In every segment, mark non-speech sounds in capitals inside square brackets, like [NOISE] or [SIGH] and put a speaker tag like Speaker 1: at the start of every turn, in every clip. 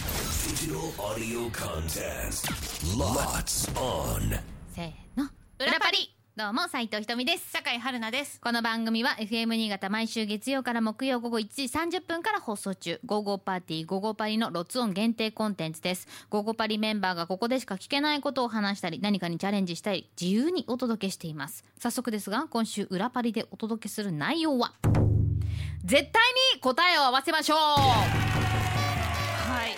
Speaker 1: Digital audio contest. Lots on.
Speaker 2: せーの裏パリどうも斉藤ひとみです
Speaker 3: 酒井春菜です。
Speaker 2: この番組は FM 新潟毎週月曜から木曜午後1時30分から放送中午後パーティー午後パリのロッツオン限定コンテンツです午後パリメンバーがここでしか聞けないことを話したり何かにチャレンジしたり自由にお届けしています早速ですが今週裏パリでお届けする内容は絶対に答えを合わせましょう
Speaker 3: はい。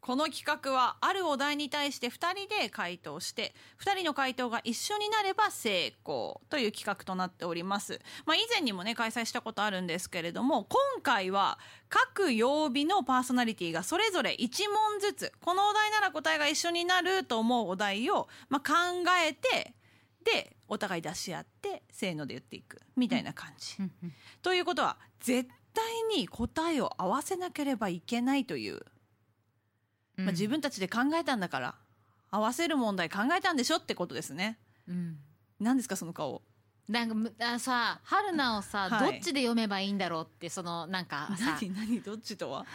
Speaker 3: この企画はあるお題に対して2人で回答して2人の回答が一緒になれば成功という企画となっております、まあ、以前にもね開催したことあるんですけれども今回は各曜日のパーソナリティがそれぞれ1問ずつこのお題なら答えが一緒になると思うお題を、まあ、考えてでお互い出し合ってせーので言っていくみたいな感じ。ということは絶対に答えを合わせなければいけないという、まあ、自分たちで考えたんだから合わせる問題考えたんでしょってことですね
Speaker 2: うん
Speaker 3: 何ですかその顔
Speaker 2: なんかむあさ春菜をさ、
Speaker 3: はい
Speaker 2: どっちで読めばいいんだろうってそのなんかさ
Speaker 3: 何何どっちとは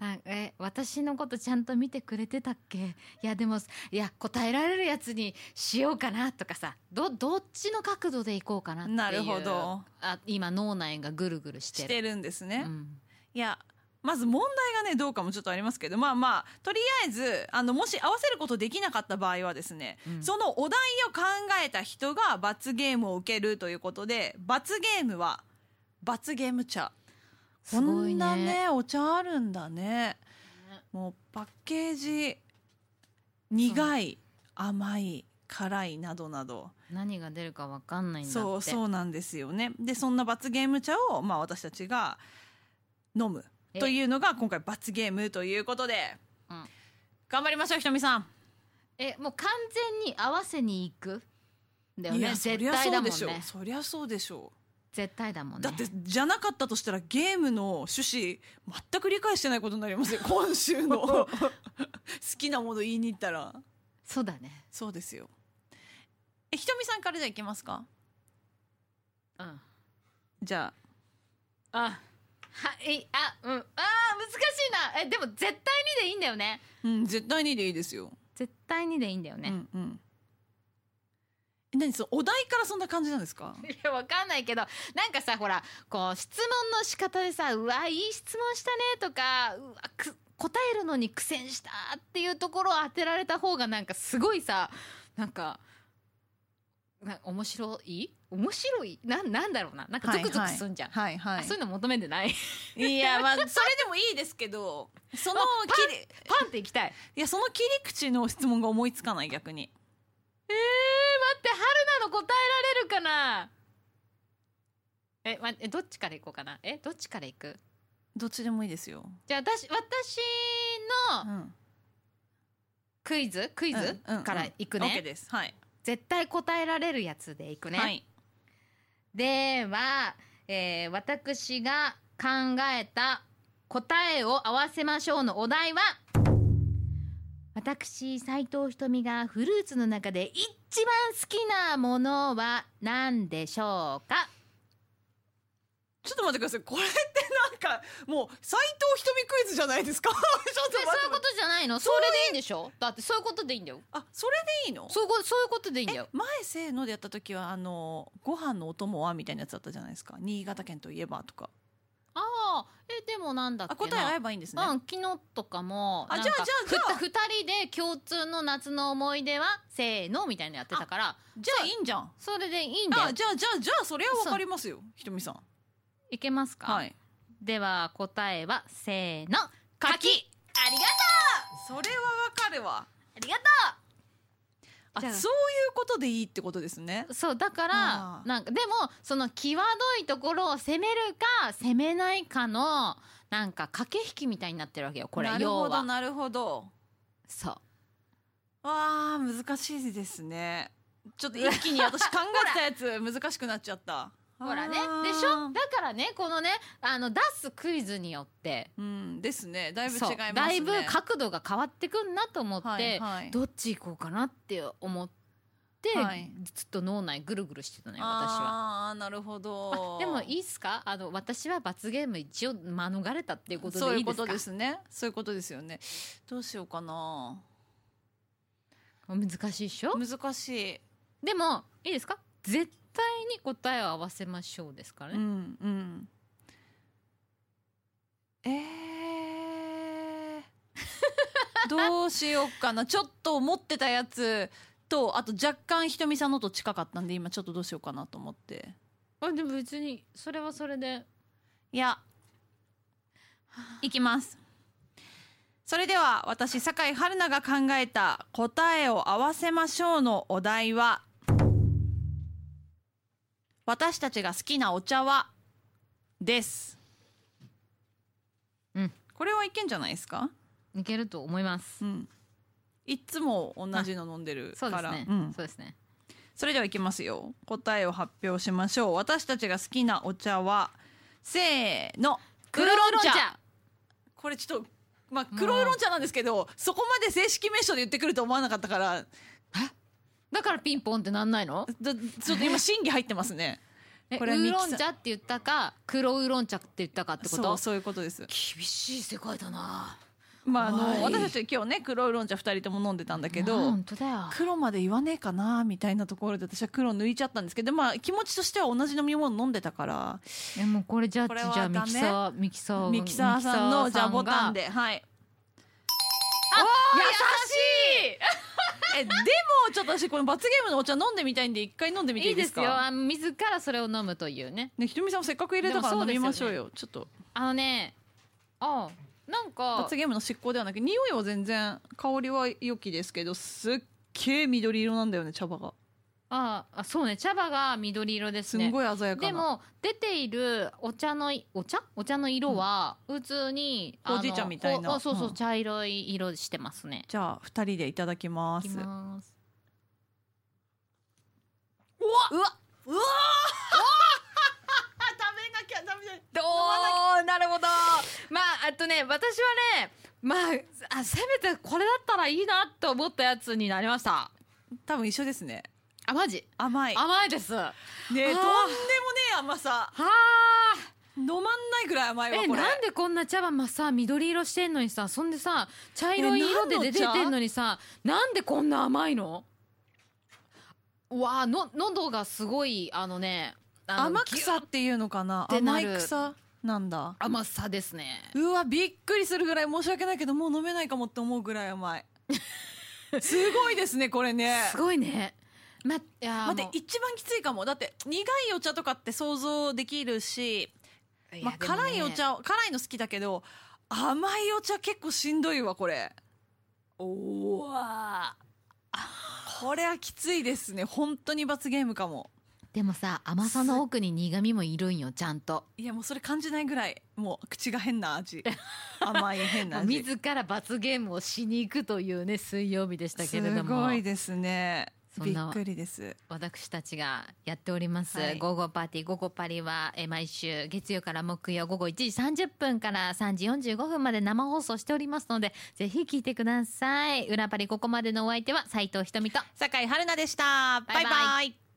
Speaker 2: なんかえ私のことちゃんと見てくれてたっけいやでもいや答えられるやつにしようかなとかさどどっちの角度でいこうかなっていう
Speaker 3: なるほど
Speaker 2: あ今脳内がぐるぐるして
Speaker 3: し
Speaker 2: る
Speaker 3: てるんですね、
Speaker 2: うん
Speaker 3: いやまず問題がねどうかもちょっとありますけどまあまあとりあえずあのもし合わせることできなかった場合はですね、
Speaker 2: うん
Speaker 3: そのお題を考えた人が罰ゲームを受けるということで罰ゲームは罰ゲーム茶
Speaker 2: すごい
Speaker 3: こんな
Speaker 2: ね
Speaker 3: ねお茶あるんだねもうパッケージ苦い甘い辛いなどなど
Speaker 2: 何が出るかわかんないんだって
Speaker 3: そうそうなんですよねでそんな罰ゲーム茶を、まあ、私たちが飲む
Speaker 2: え
Speaker 3: というのが今回罰ゲームということで、
Speaker 2: うん
Speaker 3: 頑張りましょうひとみさん
Speaker 2: えもう完全に合わせに行くだよね
Speaker 3: そ
Speaker 2: 絶
Speaker 3: りゃ
Speaker 2: 対
Speaker 3: そ
Speaker 2: だ
Speaker 3: う
Speaker 2: も
Speaker 3: で
Speaker 2: ん
Speaker 3: しょう
Speaker 2: ね
Speaker 3: そりゃそうでしょ
Speaker 2: 絶対だも
Speaker 3: うん
Speaker 2: ね
Speaker 3: だってじゃなかったとしたらゲームの趣旨全く理解してないことになり [LAUGHS] ますよ今週の好きなもの言いに行ったら
Speaker 2: そうだね
Speaker 3: そうですよえひとみさんからじゃあいきますか
Speaker 2: うん
Speaker 3: じゃあ
Speaker 2: あはいあうんあー難しいなえでも絶対にでいいんだよね
Speaker 3: うん絶対にでいいですよ、
Speaker 2: 絶対にでいいんだよね、
Speaker 3: うんうんえ何そのお題からそんな感じなんですか
Speaker 2: いやわかんないけどなんかさほらこう質問の仕方でさ「うわいい質問したね」とか「うわく答えるのに苦戦した」っていうところを当てられた方がなんかすごいさなんかな面白い面白いなんなんだろうななんかゾクゾクすんじゃん、
Speaker 3: はいはい
Speaker 2: あそういうの求めてない [LAUGHS]
Speaker 3: いや [LAUGHS] まあそれでもいいですけどその切り
Speaker 2: パンっていきたい
Speaker 3: いやその切り口の質問が思いつかない逆に
Speaker 2: えー、待って春菜の答えられるかなえ、ま、えどっちからいこうかなえどっちからいく
Speaker 3: どっちでもいいですよ、
Speaker 2: じゃあ私私
Speaker 3: う
Speaker 2: の
Speaker 3: ん、
Speaker 2: クイズクイズ、
Speaker 3: うんうん
Speaker 2: からいく
Speaker 3: OK
Speaker 2: ね
Speaker 3: ですはい、
Speaker 2: 絶対答えられるやつでいくね、
Speaker 3: はい
Speaker 2: では、えー私が考えた答えを合わせましょうのお題は私斉藤ひとみがフルーツの中で一番好きなものは何でしょうか
Speaker 3: ちょっと待ってくださいこれってなんかもう斎藤ひとみクイズじゃないですか [LAUGHS] ちょっ
Speaker 2: で
Speaker 3: と
Speaker 2: そう
Speaker 3: 待って
Speaker 2: いうことじゃないのそれでいいんでしょだってそういうことでいいんだよ
Speaker 3: あそれでいいの
Speaker 2: そういうこそういうことでいいんだ
Speaker 3: え
Speaker 2: よ
Speaker 3: 前せーのでやった時はあのご飯のお供はみたいなやつだったじゃないですか新潟県といえばとか
Speaker 2: ああえでもなんだっけな
Speaker 3: あ答え合えばいいんですね、
Speaker 2: うん、昨日とかも
Speaker 3: あ
Speaker 2: なん
Speaker 3: じゃ
Speaker 2: か
Speaker 3: あじゃあじゃあ
Speaker 2: ふた二人で共通の夏の思い出はせーのみたいなのやってたから
Speaker 3: じゃあいいんじゃん
Speaker 2: それでいいんだ
Speaker 3: あ
Speaker 2: よ
Speaker 3: じゃあじゃあじゃあそれはわかりますよひとみさん
Speaker 2: いけますか、
Speaker 3: はい
Speaker 2: では答えはせーの柿ありがと
Speaker 3: それはわかるわ
Speaker 2: うありがと
Speaker 3: あ
Speaker 2: じ
Speaker 3: そう
Speaker 2: ゃ
Speaker 3: い
Speaker 2: あ
Speaker 3: うことでいいってことですね
Speaker 2: うそうだか
Speaker 3: あ
Speaker 2: ら
Speaker 3: ー
Speaker 2: なんかでもその際どいところを攻めるか攻めないかのなんか駆け引きみたいになってるわけよこれ
Speaker 3: なる
Speaker 2: 要
Speaker 3: ほど
Speaker 2: は
Speaker 3: なるほど
Speaker 2: そう
Speaker 3: わあ難しいですねちょっと一気に私考えてたやつ [LAUGHS] 難しくなっちゃった
Speaker 2: ほらね
Speaker 3: あー
Speaker 2: でしょだからねこのねあの出すクイズによって
Speaker 3: うんですねだいぶ違いま
Speaker 2: そ
Speaker 3: す
Speaker 2: う
Speaker 3: ね
Speaker 2: だいぶ角度が変わってくんなと思って、
Speaker 3: はいはい
Speaker 2: どっち行こうかなって思ってで、
Speaker 3: はい
Speaker 2: ずっと脳内ぐるぐるしてたのよ私は。
Speaker 3: ああなるほど
Speaker 2: でもいいっすかあの私は罰ゲーム一応免れたっていうこと
Speaker 3: そう
Speaker 2: で
Speaker 3: い
Speaker 2: いうい
Speaker 3: こ
Speaker 2: です
Speaker 3: と
Speaker 2: か
Speaker 3: ですねそういうことですよねどうしようかな
Speaker 2: 難しいっしょ
Speaker 3: 難しい
Speaker 2: でもいいですか絶対に答えを合わせましょうですから
Speaker 3: う
Speaker 2: ね、
Speaker 3: んうんえー、どうしようかなちょっと思ってたやつとあと若干ひとみさんのと近かったんで今ちょっとどうしようかなと思って
Speaker 2: あでも別にそれはそれで
Speaker 3: いやいきますそれでは私酒井春菜が考えた「答えを合わせましょう」のお題は「私たちが好きなお茶は」です、
Speaker 2: うん、
Speaker 3: これはいけんじゃないですか、
Speaker 2: いけると思います
Speaker 3: うん、いっつも同じの飲んでる
Speaker 2: そうで
Speaker 3: か
Speaker 2: す
Speaker 3: ら
Speaker 2: ね、
Speaker 3: うん
Speaker 2: そうですね
Speaker 3: それではいきますよ答えを発表しましょう私たちが好きなお茶はせーの
Speaker 2: 黒ロン茶
Speaker 3: これちょっと、まあ、黒いロン茶なんですけど、そこまで正式名称で言ってくると思わなかったから、
Speaker 2: だからピンポンってなんないの
Speaker 3: だちょっと今審議入ってますね。
Speaker 2: え
Speaker 3: こ
Speaker 2: ウ
Speaker 3: れはミ
Speaker 2: ー
Speaker 3: キサ
Speaker 2: ロ
Speaker 3: ー
Speaker 2: ン茶って言ったか黒ウーロン茶って言ったかってこと
Speaker 3: そう、そういうことです。
Speaker 2: 厳しい世界だな
Speaker 3: まあ、あ
Speaker 2: はい
Speaker 3: の、私たち今日ね、黒いロン茶二人とも飲んでたんだ
Speaker 2: あ
Speaker 3: けど
Speaker 2: 本、当だよ
Speaker 3: 黒まで言わねえかな、みたいなところで私は黒抜いちゃったんですけど、まあ、気持ちとしては同じ飲み物飲んでたから、
Speaker 2: えもうこれじゃあ
Speaker 3: これは
Speaker 2: じゃあミ
Speaker 3: ダメ
Speaker 2: キサーミキサー
Speaker 3: ミキサーさんの、
Speaker 2: ミキ
Speaker 3: じ
Speaker 2: サーさ
Speaker 3: ゃ
Speaker 2: んが
Speaker 3: あボタンで、はい。
Speaker 2: 優
Speaker 3: え、でも、ちょっと私、この罰ゲームのお茶飲んでみたいんで、一回飲んで
Speaker 2: し
Speaker 3: み
Speaker 2: い
Speaker 3: て
Speaker 2: いい
Speaker 3: いい
Speaker 2: で
Speaker 3: です
Speaker 2: す
Speaker 3: か
Speaker 2: よあ自らそれを飲むというね
Speaker 3: ね、ひとみさんもせっかく入れたか
Speaker 2: でもそ
Speaker 3: ら
Speaker 2: うで
Speaker 3: 飲
Speaker 2: す
Speaker 3: み
Speaker 2: よね
Speaker 3: ましょうよ。ちょっと。
Speaker 2: あのねあなんか
Speaker 3: 罰ゲームの執行ではなく匂いは全然香りは良きですけどすっげえ緑色なんだよね茶葉が
Speaker 2: ああそうね茶葉が緑色です
Speaker 3: す
Speaker 2: ね
Speaker 3: んごい鮮やかな、
Speaker 2: でも出ているお茶のいお茶お茶の色は普通に、あの
Speaker 3: ほうじ茶みたいな
Speaker 2: ほうあそうそう、
Speaker 3: うん
Speaker 2: 茶色い色してますね
Speaker 3: じゃあ二人でいただきま
Speaker 2: い
Speaker 3: す
Speaker 2: きます
Speaker 3: うわうわ [LAUGHS] うわ食べなきゃダメだ
Speaker 2: どうなるほどまああとね私はねまああせめてこれだったらいいなと思ったやつになりました
Speaker 3: 多分一緒ですね
Speaker 2: あマジ
Speaker 3: 甘い
Speaker 2: 甘いですは
Speaker 3: ね
Speaker 2: あ
Speaker 3: え
Speaker 2: ー
Speaker 3: とんでもねえ甘さ
Speaker 2: あ
Speaker 3: 飲まんないぐらい甘いわ
Speaker 2: え
Speaker 3: これ
Speaker 2: なんでこんな茶葉まさ緑色してんのにさそんでさ茶色い色で
Speaker 3: え
Speaker 2: 出て
Speaker 3: 何の茶
Speaker 2: てんのにさなんでこんな甘いのうわあの喉がすごいあのねあの
Speaker 3: 甘
Speaker 2: ぎゅ
Speaker 3: 草っていうのかな
Speaker 2: てな
Speaker 3: 甘
Speaker 2: る
Speaker 3: い草なんだ
Speaker 2: 甘さですね
Speaker 3: うわびっくりするぐらい申し訳ないけどもう飲めないかもって思うぐらい
Speaker 2: [LAUGHS]
Speaker 3: 甘いすごいですねこれね
Speaker 2: すごいねまいや
Speaker 3: 待っ
Speaker 2: も
Speaker 3: て一番きついかもだって苦いお茶とかって想像できるし、
Speaker 2: ういや
Speaker 3: まあ、
Speaker 2: でもね
Speaker 3: 辛いお茶を辛いの好きだけど甘いお茶結構しんどいわこれおわこれはきついですね本当に罰ゲームかも
Speaker 2: でもさ甘さの奥に苦味もいるんよちゃんと
Speaker 3: いやもうそれ感じないぐらいもう口が変
Speaker 2: [LAUGHS]
Speaker 3: な味甘い変な味
Speaker 2: 自ら罰ゲームをしに行くというね水曜日でしたけれど
Speaker 3: す
Speaker 2: も
Speaker 3: ごいですね
Speaker 2: そん
Speaker 3: びっ
Speaker 2: な
Speaker 3: くりです
Speaker 2: 私たちがやっております、
Speaker 3: はい
Speaker 2: 午後パーティー午後パリは、えー毎週月曜から木曜午後1時30分から3時45分まで生放送しておりますのでぜひ聞いてください裏パリここまでのお相手は斉藤ひとみと
Speaker 3: 酒井春菜でしたバイバイ
Speaker 2: バイバ
Speaker 3: イ